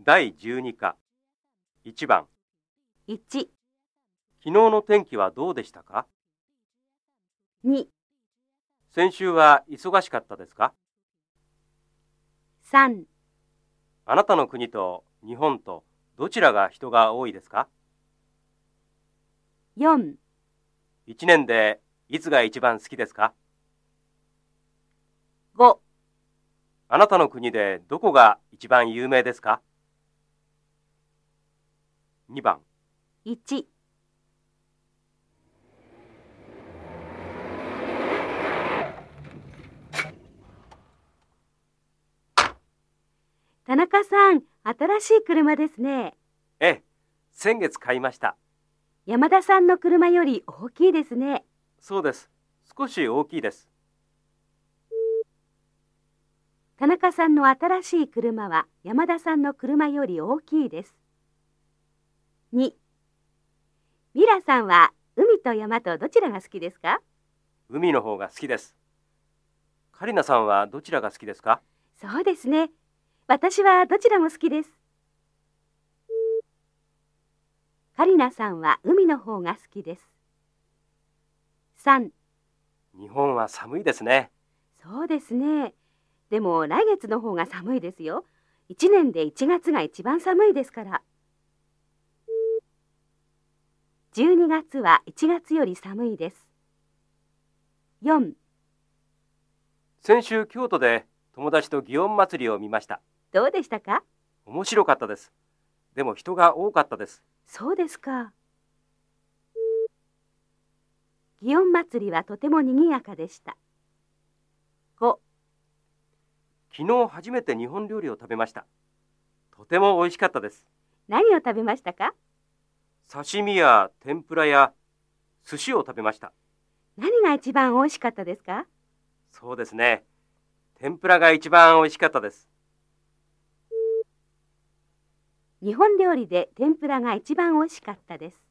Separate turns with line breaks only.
第12課1番
1、
昨日の天気はどうでしたか
2、
先週は忙しかったですか
3、
あなたの国と日本とどちらが人が多いですか
4、
1年でいつが一番好きですか
5、
あなたの国でどこが一番有名ですか2番
1。田中さん、新しい車ですね。
ええ先月買いました
山田さんの車より大きいですね。
そうです少し大きいです
田中さんの新しい車は山田さんの車より大きいです。2、ミラさんは海と山とどちらが好きですか
海の方が好きですカリナさんはどちらが好きですか
そうですね。私はどちらも好きです。カリナさんは海の方が好きです。3、
日本は寒いですね
そうですね。でも来月の方が寒いですよ。1年で1月が一番寒いですから。12月は1月より寒いです。4、
先週京都で友達と祇園祭りを見ました
どうでしたか
面白かったですでも人が多かったです
そうですか。祇園祭りはとても賑やかでした。5、
昨日初めて日本料理を食べましたとても美味しかったです
何を食べましたか
刺身や天ぷらや寿司を食べました
何が一番美味しかったですか
そうですね天ぷらが一番美味しかったです
日本料理で天ぷらが一番美味しかったです。